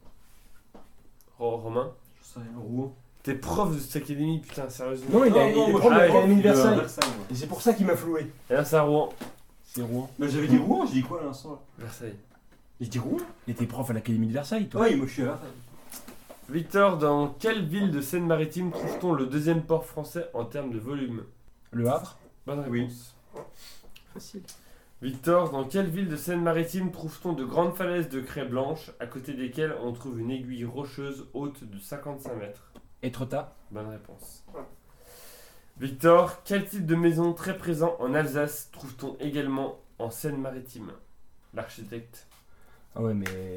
Ro- Romain
Je sais rien. Rouen.
T'es prof de cette académie, putain, sérieusement. Ah,
Non, il a-
Non,
il
non,
est
moi,
prof
je
de
suis
l'Académie de
De
Versailles.
Versailles, moi.
Et c'est pour ça qu'il m'a floué.
Et là, c'est à Rouen.
C'est Rouen.
Bah, j'avais dit Rouen, j'ai dit quoi à l'instant là
Versailles.
J'ai dit Rouen
Et t'es prof à l'Académie de Versailles, toi
Ouais, moi je suis à Versailles.
Victor, dans quelle ville de Seine-Maritime trouve-t-on le deuxième port français en termes de volume
Le Havre
Bonne réponse.
Oui.
Facile.
Victor, dans quelle ville de Seine-Maritime trouve-t-on de grandes falaises de craie blanche, à côté desquelles on trouve une aiguille rocheuse haute de 55 mètres
Etretat
Bonne réponse. Victor, quel type de maison très présent en Alsace trouve-t-on également en Seine-Maritime L'architecte.
Ah ouais, mais.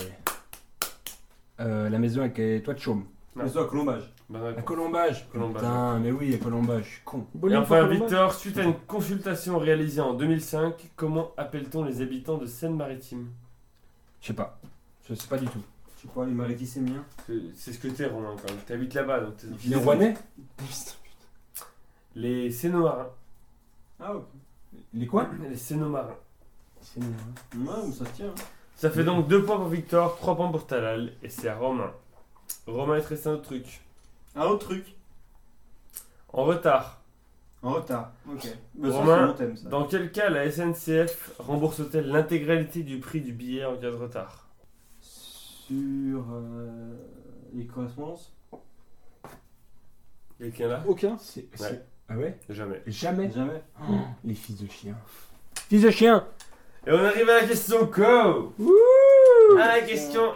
euh, la maison avec les toits de chaume.
Non.
Maison à colombage.
Bonne
À
réponse.
colombage.
Colombage.
Putain, mais oui, à colombage, je suis con.
Et
Bowling pour
enfin,
Colombo.
Victor, suite à une consultation réalisée en 2005, comment appelle-t-on les habitants de Seine-Maritime
Je sais pas. Je sais pas du tout. Je sais pas, les maritissemiens.
C'est- C'est ce que t'es, Romain, quand même. T'habites là-bas, donc t'es-
Les Rouennais
Les Sénomarins.
Ah, ok. Les quoi
Les Sénomarins.
Non, ça se tient.
Ça fait donc 2 points pour Victor, 3 points pour Talal, et c'est à Romain. Romain, il te reste un autre truc.
Un autre truc.
En retard,
En retard. Ok. Bah,
ça, Romain, c'est mon dans quel cas la SNCF rembourse-t-elle l'intégralité du prix du billet en cas de retard
Sur euh, les correspondances
Quelqu'un là
Aucun.
c'est-
Ah ouais
Jamais.
Jamais.
Jamais.
Les fils de chien. Fils de chien
Et on arrive à la question co À la question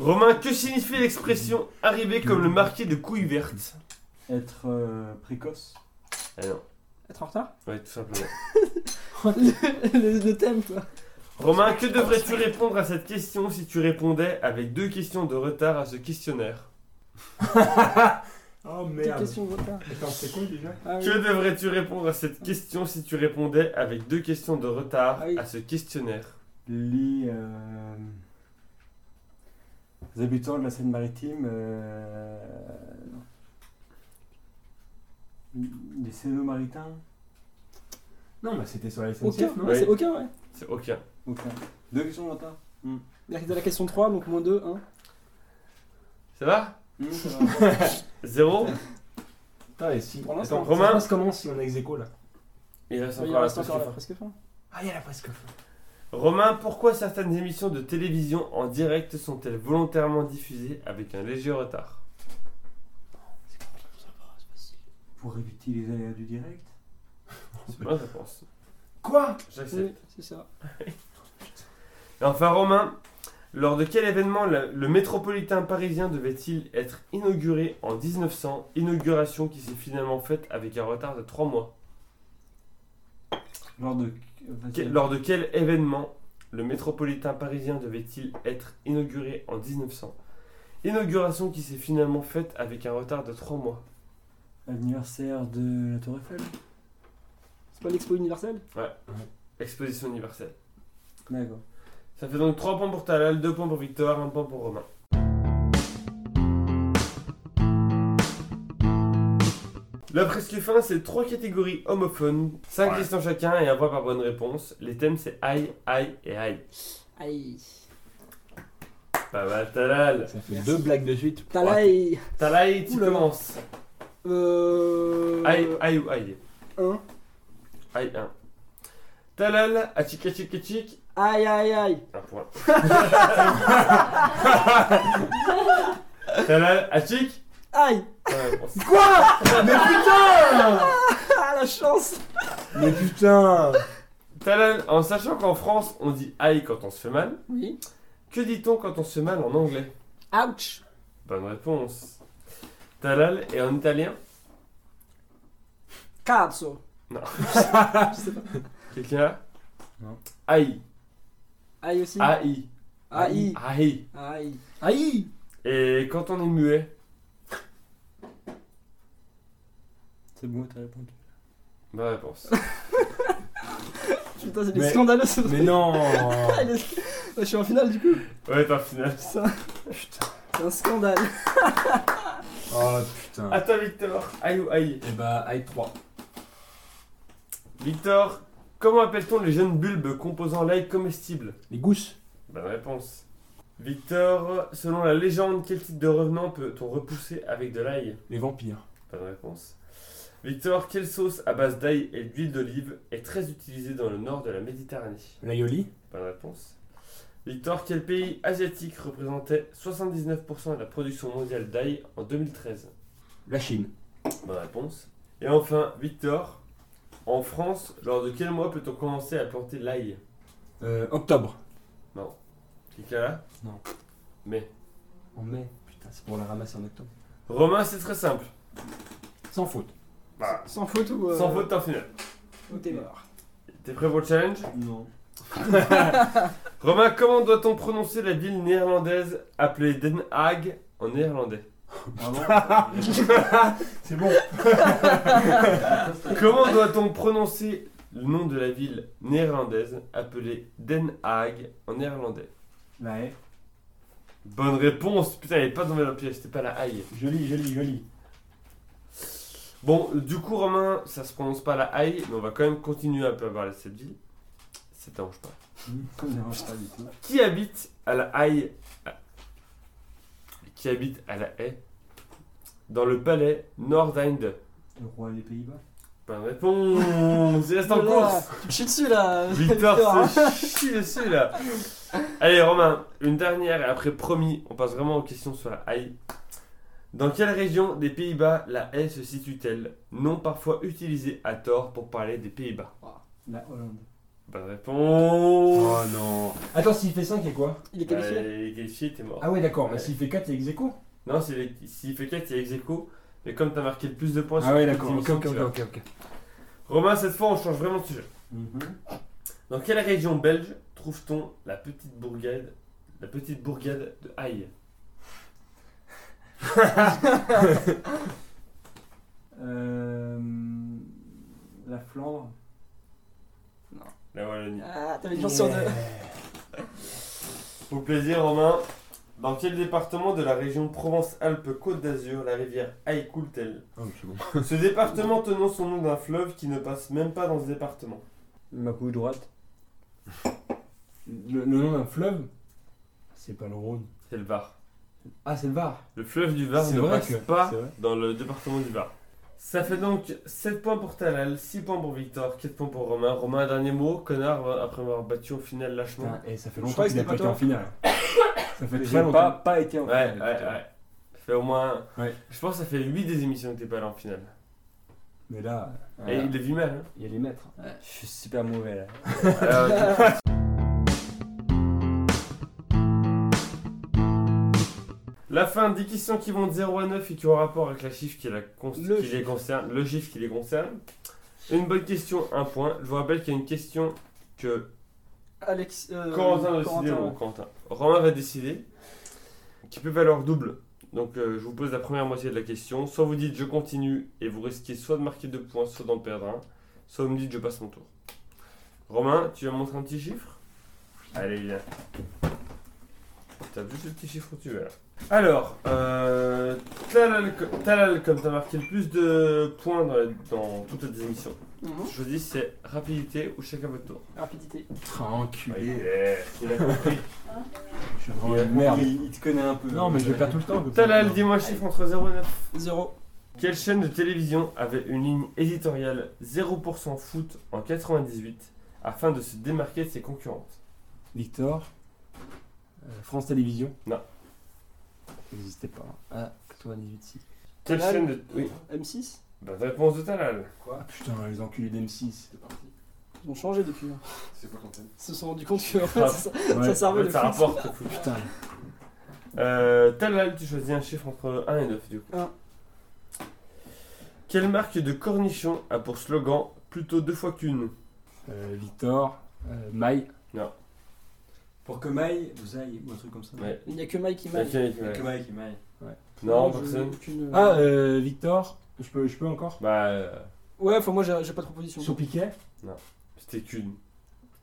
Romain, que signifie l'expression arriver comme le marquis de couilles vertes
Être euh, précoce.
Ah non,
Être en retard
ouais, tout simplement.
le, le- le thème, quoi.
Romain, que devrais-tu répondre à cette question si tu répondais avec deux questions de retard à ce questionnaire
Oh
Petite question de retard.
Attends, c'est quoi déjà
Ah, oui.
Que devrais-tu répondre à cette question si tu répondais avec deux questions de retard
Ah oui.
à ce questionnaire
Les, euh, les habitants de la Seine-Maritime. euh, Les Séno-Maritains Non, mais c'était sur la
Aucun,
SNCF,
non,
non
Oui.
c'est aucun, ouais.
C'est aucun.
Aucun. Deux questions de retard.
Il y a la question 3, donc moins 2, 1.
Ça va
Hum, ça va.
Zéro
Putain, et si.
Pour l'instant,
Attends,
ça se
Romain
passe
se comment si on a exéco là
Il reste
Il
encore
en
la
reste
question.
encore là, presque fin.
Ah, il y a la presque fin.
Romain, pourquoi certaines émissions de télévision en direct sont-elles volontairement diffusées avec un léger retard Ah,
Pour éviter les aléas du direct
C'est bonne réponse.
Quoi
J'accepte.
Oui, c'est ça.
Et Enfin, Romain, lors de quel événement la- le métropolitain parisien devait-il être inauguré en 1900 Inauguration qui s'est finalement faite avec un retard de 3 mois.
Lors de.
Que- lors de quel événement le métropolitain parisien devait-il être inauguré en 1900 Inauguration qui s'est finalement faite avec un retard de 3 mois.
L'anniversaire de la Tour Eiffel
C'est pas l'expo universelle
Exposition universelle.
D'accord.
Ça fait donc 3 points pour Talal, 2 points pour Victor, 1 point pour Romain. La presque fin, c'est 3 catégories homophones, 5 questions chacun et un point par bonne réponse. Les thèmes, c'est aïe, aïe et aïe.
Aïe.
Pas mal, Talal.
Ça fait
Merci.
deux blagues de suite.
Talaï.
Talal, tu
Ouh là là.
commences.
Euh.
Aïe, aïe ou aïe
Un.
Aïe 1. Talal, achik achik achik.
Aïe, aïe, aïe.
Un point. Talal, achik.
Aïe.
Bonne réponse.
Ah, la chance
Mais putain
Talal, en sachant qu'en France, on dit aïe quand on se fait mal,
Oui.
que dit-on quand on se fait mal en anglais
Ouch.
Bonne réponse. Talal, et en italien
Cazzo.
Non.
Je sais pas.
Quelqu'un là
Non.
Aïe.
Aïe aussi.
Aïe.
Aïe.
Aïe.
Aïe.
Aïe
Et quand on est muet
C'est bon, t'as répondu.
Bonne réponse.
Putain, c'est des
Mais-
scandaleux ce truc.
Mais non
Ah, il est- Je suis en finale du coup.
ouais, t'as final.
Ça. C'est un scandale.
Oh putain
Attends, Victor. Aïe ou aïe
Et bah, aïe 3.
Victor, comment appelle-t-on les jeunes bulbes composant l'ail comestible
Les gousses
Bonne réponse. Victor, selon la légende, quel type de revenant peut-on repousser avec de l'ail
Les vampires.
Bonne réponse. Victor, quelle sauce à base d'ail et d'huile d'olive est très utilisée dans le nord de la Méditerranée
L'aioli
Bonne réponse. Victor, quel pays asiatique représentait 79% de la production mondiale d'ail en 2013
La Chine.
Bonne réponse. Et enfin, Victor, en France, lors de quel mois peut-on commencer à planter l'ail
Euh, octobre.
Quelqu'un là
Non.
Mais.
En mai. Putain, c'est pour la ramasser en octobre.
Romain, c'est très simple.
Sans faute.
Bah,
Sans faute ou. euh,
sans faute, t'es en finale.
Ou t'es mort.
T'es prêt pour le challenge
Non.
Romain, comment doit-on prononcer la ville néerlandaise appelée Den Haag en néerlandais
Ah bon C'est bon.
Comment doit-on prononcer le nom de la ville néerlandaise appelée Den Haag en néerlandais
La haie.
Bonne réponse Putain, elle est pas tombée dans le piège, c'était pas la haie.
Joli, joli, joli.
Bon, du coup, Romain, ça se prononce pas la haie, mais on va quand même continuer un peu à parler de cette ville. Ça t'arrange pas.
Ça me dérange pas du tout.
Qui habite à la haie à- Qui habite à la haie Dans le palais Noordeinde
Le roi des Pays-Bas.
Bonne réponse Il reste en
Voilà.
course
Tu te chies dessus là
Victor se chie dessus là Allez Romain, une dernière et après promis, on passe vraiment aux questions sur la haie. Dans quelle région des Pays-Bas la haie se situe-t-elle Nom parfois utilisé à tort pour parler des Pays-Bas.
La Hollande.
Bonne réponse
Oh non.
Attends, s'il fait 5, il y a quoi
hein. Il est qualifié
Allez, qualifié, t'es mort.
Ah ouais, d'accord.
Ouais.
Mais s'il fait 4, il y a ex aequo.
Non, c'est les- s'il fait 4, il y a ex aequo, mais comme t'as marqué le plus de points sur toute l'émission, tu vas.
Ah ok, ok.
Romain, cette fois, on change vraiment de sujet.
Mhm.
Dans quelle région belge trouve-t-on la petite bourgade, la petite bourgade de Haye
Euh, La Flandre.
La Wallonie.
Ah, t'avais une chance sur deux.
Pour plaisir, Romain. Dans quel département de la région Provence-Alpes-Côte d'Azur la rivière Haye coule-t-elle
Oh, c'est bon.
Ce département tenant son nom d'un fleuve qui ne passe même pas dans ce département.
Ma couche droite.
Le, le nom d'un fleuve C'est pas le Rhône.
C'est le Var.
Ah, c'est le Var.
Le fleuve du Var
C'est
ne
vrai
passe
que-
pas
c'est vrai.
dans le département du Var. Ça fait donc 7 points pour Talal, 6 points pour Victor, 4 points pour Romain. Romain, un dernier mot, connard, après m'avoir battu au final lâchement.
Putain, et ça fait
Je crois
longtemps
que
qu'il n'a
c'était
pas été
pas
en finale. ça fait très
J'ai
longtemps.
pas, pas été en
Ouais, ouais,
finale.
ouais. Ça fait au moins.
Ouais.
Je pense que ça fait 8 des émissions que t'es pas là en finale.
Mais là,
Voilà.
Et il est hein. vu mal.
Il y a les maîtres. Je suis super mauvais là.
hein. Alors, La fin, 10 questions qui vont de 0 à 9 et qui ont rapport avec la chiffre qui, la cons-
Le
qui les concerne, le chiffre qui les concerne. Une bonne question, un point. Je vous rappelle qu'il y a une question que
Alex. euh,
Corentin doit décider,
Corentin,
ou Quentin. Romain va décider, qui peut valoir double. Donc euh, je vous pose la première moitié de la question. Soit vous dites je continue et vous risquez soit de marquer deux points, soit d'en perdre un. Soit vous me dites je passe mon tour. Romain, tu vas me montrer un petit chiffre Allez, viens. T'as vu le petit chiffre où tu veux là Alors, euh, Talal, co- Talal, comme t'as marqué le plus de points dans, la- dans toutes les émissions,
ouais. Mhm.
je vous dis c'est rapidité ou chacun votre tour.
Rapidité.
tranquille.
Ouais, il a compris.
Je suis vraiment
Il a
une merde.
Il, il te connaît un peu.
Non, mais je vais perdre tout le temps. comme ça.
Talal, dis-moi un chiffre entre 0 et 9.
Zéro.
Quelle chaîne de télévision avait une ligne éditoriale 0% foot en 98 afin de se démarquer de ses concurrentes
Victor. Euh, France Télévisions.
Non.
Ça n'existait pas. Ah, 98 si.
Quelle
Talal
chaîne de. Oui.
M6
Bonne réponse de Talal.
Ah putain, les enculés d'M6.
Ils ont changé depuis. hein.
C'est pas ton thème.
Ils se sont rendus compte que en fait,
Ah.
ça,
Ouais. Oh,
ça servait
En fait,
le
ça
foot.
rapporte le foot.
Putain.
Euh, Talal, tu choisis un chiffre entre 1 et 9 du coup.
Un.
Quelle marque de cornichons a pour slogan plutôt deux fois qu'une
Euh, Victor. Euh, Maï.
Pour que Maï vous aille ou un truc comme ça.
Ouais.
Il n'y a que Mike qui m'a.
Ok, ouais.
Que Maï qui m'aille.
Non,
Moi, j'ai
personne.
aucune-
Ah, euh, Victor. Je peux, je peux encore
Bah, euh,
Ouais, enfin moi j'ai j'ai pas de proposition.
Sur Piquet
c'était qu'une.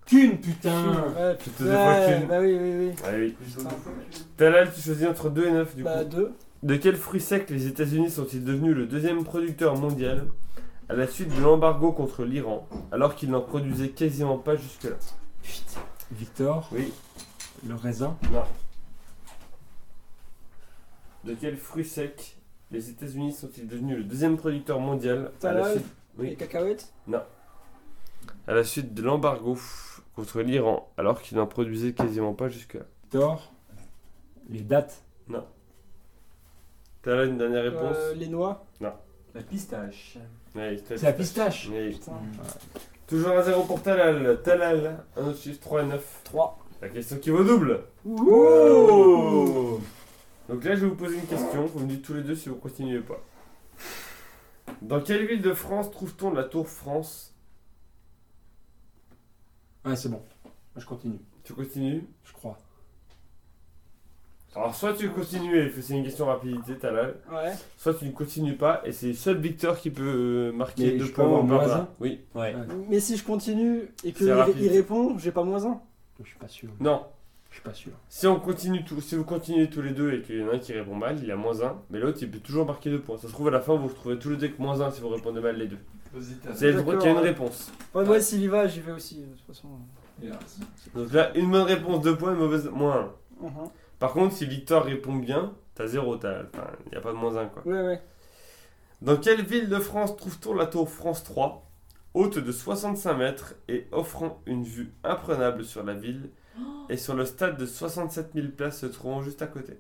Qu'une
Putain.
putain
Ouais,
Plutôt deux fois
putain.
qu'une.
Bah oui, oui, oui.
Ah oui.
Putain.
Talal, tu choisis entre 2 et 9 du coup.
Bah deux.
De quel fruit sec les États-Unis sont-ils devenus le deuxième producteur mondial à la suite de l'embargo contre l'Iran, alors qu'ils n'en produisaient quasiment pas jusque-là
Putain. Victor.
Oui.
Le raisin.
De quel fruit sec les États-Unis sont-ils devenus le deuxième producteur mondial à la
Talal.
suite, Oui.
Les cacahuètes.
à la suite de l'embargo contre l'Iran, alors qu'ils n'en produisaient quasiment pas jusque-là
Victor. Les dates.
T'as là une dernière réponse
Euh, les noix.
La pistache.
Ouais, c'était
C'est la pistache.
Ouais.
Putain.
Toujours à zéro pour Talal. Talal, un autre chiffre 3 et 9.
3.
La question qui vaut double.
Ouh
Oh Donc là, je vais vous poser une question. Vous me dites tous les deux si vous continuez ou pas. Dans quelle ville de France trouve-t-on la Tour France
Ouais, c'est bon. Moi, je continue.
Tu continues
Je crois.
Alors, soit tu continues et c'est une question rapidité, Talal.
Ouais.
Soit tu ne continues pas et c'est seul Victor qui peut euh, marquer
Mais
deux
je peux
points
avoir
ou
moins
pas.
un
Oui.
Ouais.
Mais si je continue et que
C'est
il,
rapide.
il répond, j'ai pas moins 1.
Je suis pas sûr.
Non.
Je suis pas sûr.
Si on continue tout, si vous continuez tous les deux et qu'il y en a un qui répond mal, il a moins 1, mais l'autre il peut toujours marquer deux points. Ça se trouve à la fin vous vous retrouvez tous les deux avec moins 1 si vous répondez mal les deux.
Vas-y, t'as- hein.
Vous avez le droit qu'il y ait une réponse.
Ouais, moi s'il y va, j'y vais aussi. De toute façon.
Donc là, une bonne réponse, deux points, une mauvaise, moins 1.
Mhm.
Par contre, si Victor répond bien, t'as 0, t'as. Enfin, y a pas de moins 1 quoi.
Ouais, ouais.
Dans quelle ville de France trouve-t-on la tour France 3, haute de 65 mètres et offrant une vue imprenable sur la ville et sur le stade de 67 000 places se trouvant juste à côté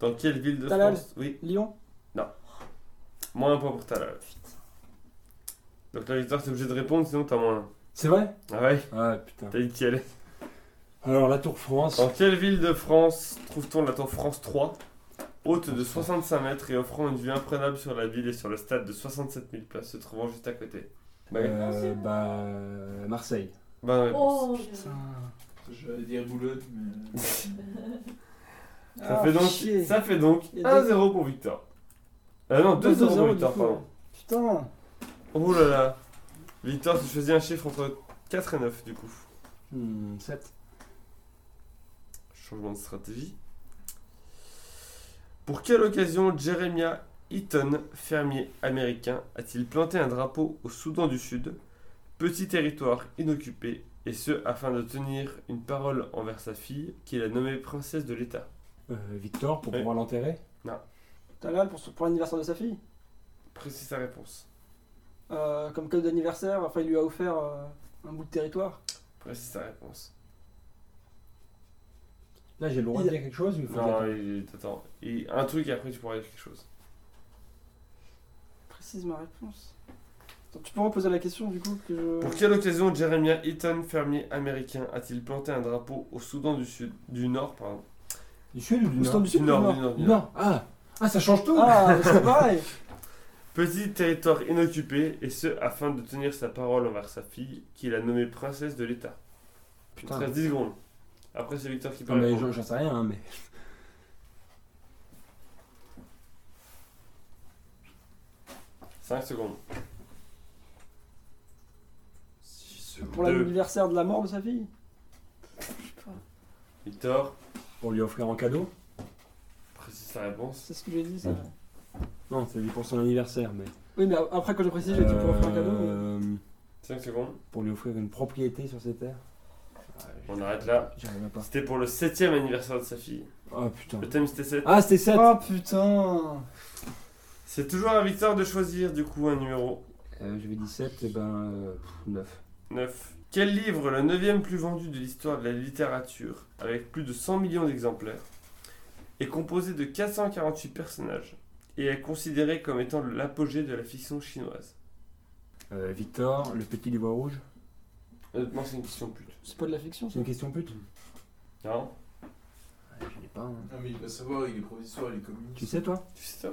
Dans quelle ville de
Talal.
France Oui,
Lyon
moins un point pour Talal. Donc là, Victor, t'es obligé de répondre, sinon t'as moins un.
C'est vrai
Ah ouais
Ah putain.
T'as dit qui allait.
Alors, la Tour France.
Dans quelle ville de France trouve-t-on la tour France 3, haute de 65 mètres et offrant une vue imprenable sur la ville et sur le stade de 67 000 places se trouvant juste à côté
Euh, bah. Marseille.
Bonne réponse.
Oh,
J'allais dire boulotte, mais.
Ça fait donc,
Ah, chier.
ça fait donc
Et
1-0 pour Victor. Ah non, 2-0
2-0
pour
du
Victor,
coup.
pardon.
Putain
Oh là là. Victor, tu choisis un chiffre entre 4 et 9 du coup.
7.
Changement de stratégie. Pour quelle occasion Jeremiah Eaton, fermier américain, a-t-il planté un drapeau au Soudan du Sud, petit territoire inoccupé, et ce afin de tenir une parole envers sa fille qu'il a nommée princesse de l'État
Euh, Victor, pour
Ouais.
pouvoir l'enterrer
Talal pour, son- pour l'anniversaire de sa fille
Précise sa réponse.
Euh, Comme cadeau d'anniversaire, enfin il lui a offert euh, un bout de territoire.
Précise sa réponse.
Là, j'ai le droit de
Il-
dire quelque chose ou il faut que
Non,
j'attende
il- attends. Il- un truc et après tu pourras dire quelque chose.
Précise ma réponse. Attends, tu peux reposer la question du coup que je.
Pour quelle occasion Jeremiah Eaton, fermier américain, a-t-il planté un drapeau au Soudan du Sud, du Nord, pardon
Du sud ou du
Au
nord
stand du sud ou du
du
nord
Nord, du Nord.
Non. Ah Ah, ça change tout
Ah, mais c'est pareil
Petit territoire inoccupé, et ce afin de tenir sa parole envers sa fille, qu'il a nommée princesse de l'État.
Putain.
Putain. 10 secondes. Après, c'est Victor qui
Non,
parle.
mais j'en j'en sais rien, hein, mais.
Cinq secondes.
Pour
Deux.
l'anniversaire de la mort de sa fille
Victor,
Pour lui offrir en cadeau
précise sa réponse.
C'est ce que j'ai dit ça.
Non, c'est dit pour son anniversaire, mais.
Oui, mais a- après quand je précise, j'ai dit pour offrir un cadeau. mais-
Euh,
5 secondes.
Pour lui offrir une propriété sur ses terres
On arrête là.
J'y arrive pas.
C'était pour le 7 anniversaire de sa fille.
Oh putain.
Le thème c'était 7.
Ah, c'était 7
Oh putain
C'est toujours à Victor de choisir du coup un numéro.
Je vais 17, et ben. 9.
9. Quel livre, le neuvième plus vendu de l'histoire de la littérature, avec plus de 100 millions d'exemplaires, est composé de 448 personnages et est considéré comme étant l'apogée de la fiction chinoise
Euh, Victor, le petit livre rouge.
Honnêtement, c'est une question pute.
C'est pas de la fiction
C'est
ça
une question pute
Non
Je l'ai pas. hein.
Non, Ah, mais il va savoir, il est professeur, il est communiste.
Tu sais, toi
Tu sais ça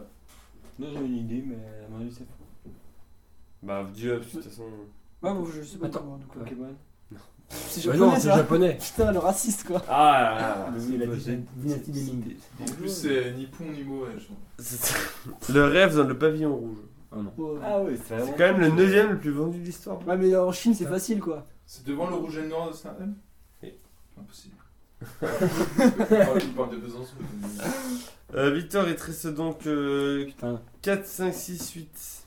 Non, j'avais une idée, mais à mon avis, c'est faux.
Bah, Dieu, de toute façon.
Ouais, bon, je sais pas
Attends.
comment, du coup.
Pokémon
C'est
Bah
japonais
non, c'est
ça
japonais.
Putain, le raciste quoi
Ah là là là.
Il a dit dynastie des Ming.
En plus, c'est ni pont ni mauvais, je pense.
C'est- Le rêve dans le pavillon rouge.
Oh non.
Ouais.
oui, c'est
C'est quand même le neuvième le plus vendu de l'histoire.
Ouais, mais en Chine c'est facile quoi.
C'est devant le rouge et le noir de Saint-Anne
Oui.
Impossible. Il parle de Besançon.
Euh, Victor, il te reste donc euh,
Putain,
4, 5, 6, 8.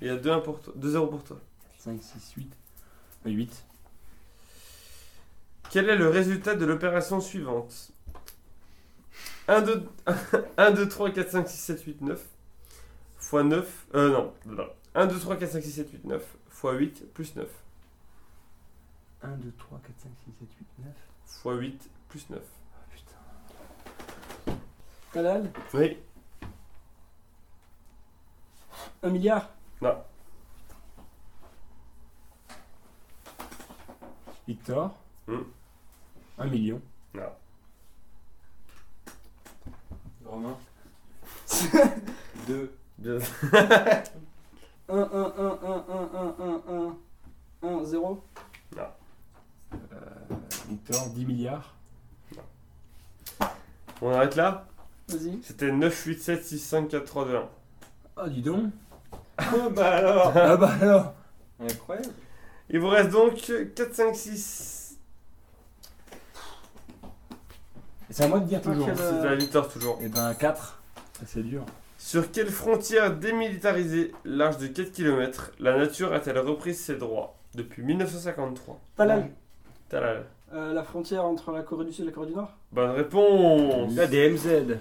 Il y a 2-0 pour, toi- 2-0 pour toi.
5, 6, 8. 8.
Quel est le résultat de l'opération suivante 1, 2, 1, 2, 3, 4, 5, 6, 7, 8, 9. Fois 9. Euh, non. non. 1, 2, 3, 4, 5, 6, 7, 8, 9. Fois 8, plus 9.
1, 2, 3, 4, 5, 6, 7, 8, 9.
Fois 8, plus 9.
Putain.
Talal,
Oui.
un milliard
Victor
Hmm.
Hmm. 1 million.
Non.
Romain. Deux.
Bien.
1, 1, 1, 1, 1, 1, 1, 1, 1, 0.
Victor, 10 milliards.
On arrête là
Vas-y.
C'était 9, 8, 7, 6, 5, 4, 3, 2, 1.
Ah, dis donc.
Ah bah alors
Ah bah alors.
Incroyable.
Il vous reste donc 4, 5, 6.
C'est à moi de dire toujours.
Quel,
C'est
euh,
la victoire toujours.
Et ben 4. C'est dur.
Sur quelle frontière démilitarisée, large de 4 km, la nature a-t-elle repris ses droits depuis 1953
Palal.
Talal.
Euh, la frontière entre la Corée du Sud et la Corée du Nord.
Bonne réponse
La DMZ.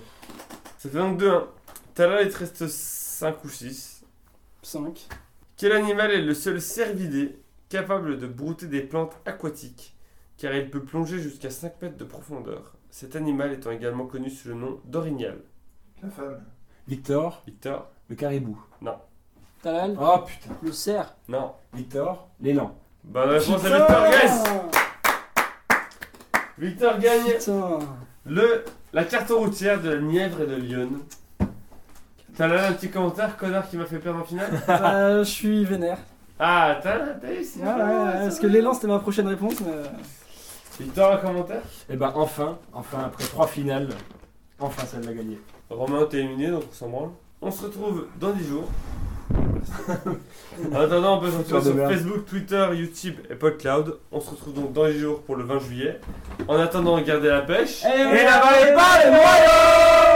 Ça fait donc 2-1. Talal, il te reste 5 ou 6.
5.
Quel animal est le seul cervidé capable de brouter des plantes aquatiques car il peut plonger jusqu'à 5 mètres de profondeur Cet animal étant également connu sous le nom d'orignal.
La femme.
Victor,
Victor
le caribou.
Talal.
Oh putain.
Le cerf.
Non.
Victor,
L'élan.
Bonne réponse à Victor Yes Victor gagne
Putain.
le, la carte routière de la Nièvre et de Lyon. T'as là un petit commentaire, connard, qui m'a fait perdre en finale
Bah, je suis vénère.
Ah, t'as t'as eu, c'est
Ouais, ouais,
pas mal,
ouais,
ça
parce
va.
que l'élan c'était ma prochaine réponse, mais. euh,
Victor, un commentaire
Et ben enfin, enfin après trois finales, enfin celle l'a gagnée.
Romain, t'es éliminé, donc on s'en branle. On se retrouve dans 10 jours. en attendant, on peut se retrouver
Histoire de
sur
merde.
Facebook, Twitter, YouTube et PodCloud. On se retrouve donc dans 10
Eh,
jours pour le 20 juillet. En attendant, gardez la pêche.
Et
n'avalez pas les moyens